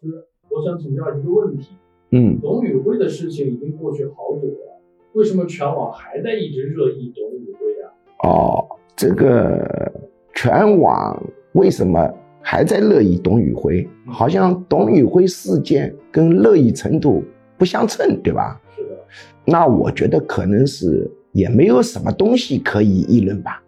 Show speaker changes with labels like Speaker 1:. Speaker 1: 师，我想请教一个问题：
Speaker 2: 嗯，
Speaker 1: 董宇辉的事情已经过去好久了，为什么全网还在一直热议董宇辉啊？
Speaker 2: 哦，这个全网为什么还在热议董宇辉？
Speaker 1: 嗯
Speaker 2: 好像董宇辉事件跟热议程度不相称，对吧？
Speaker 1: 是的，
Speaker 2: 那我觉得可能是也没有什么东西可以议论吧。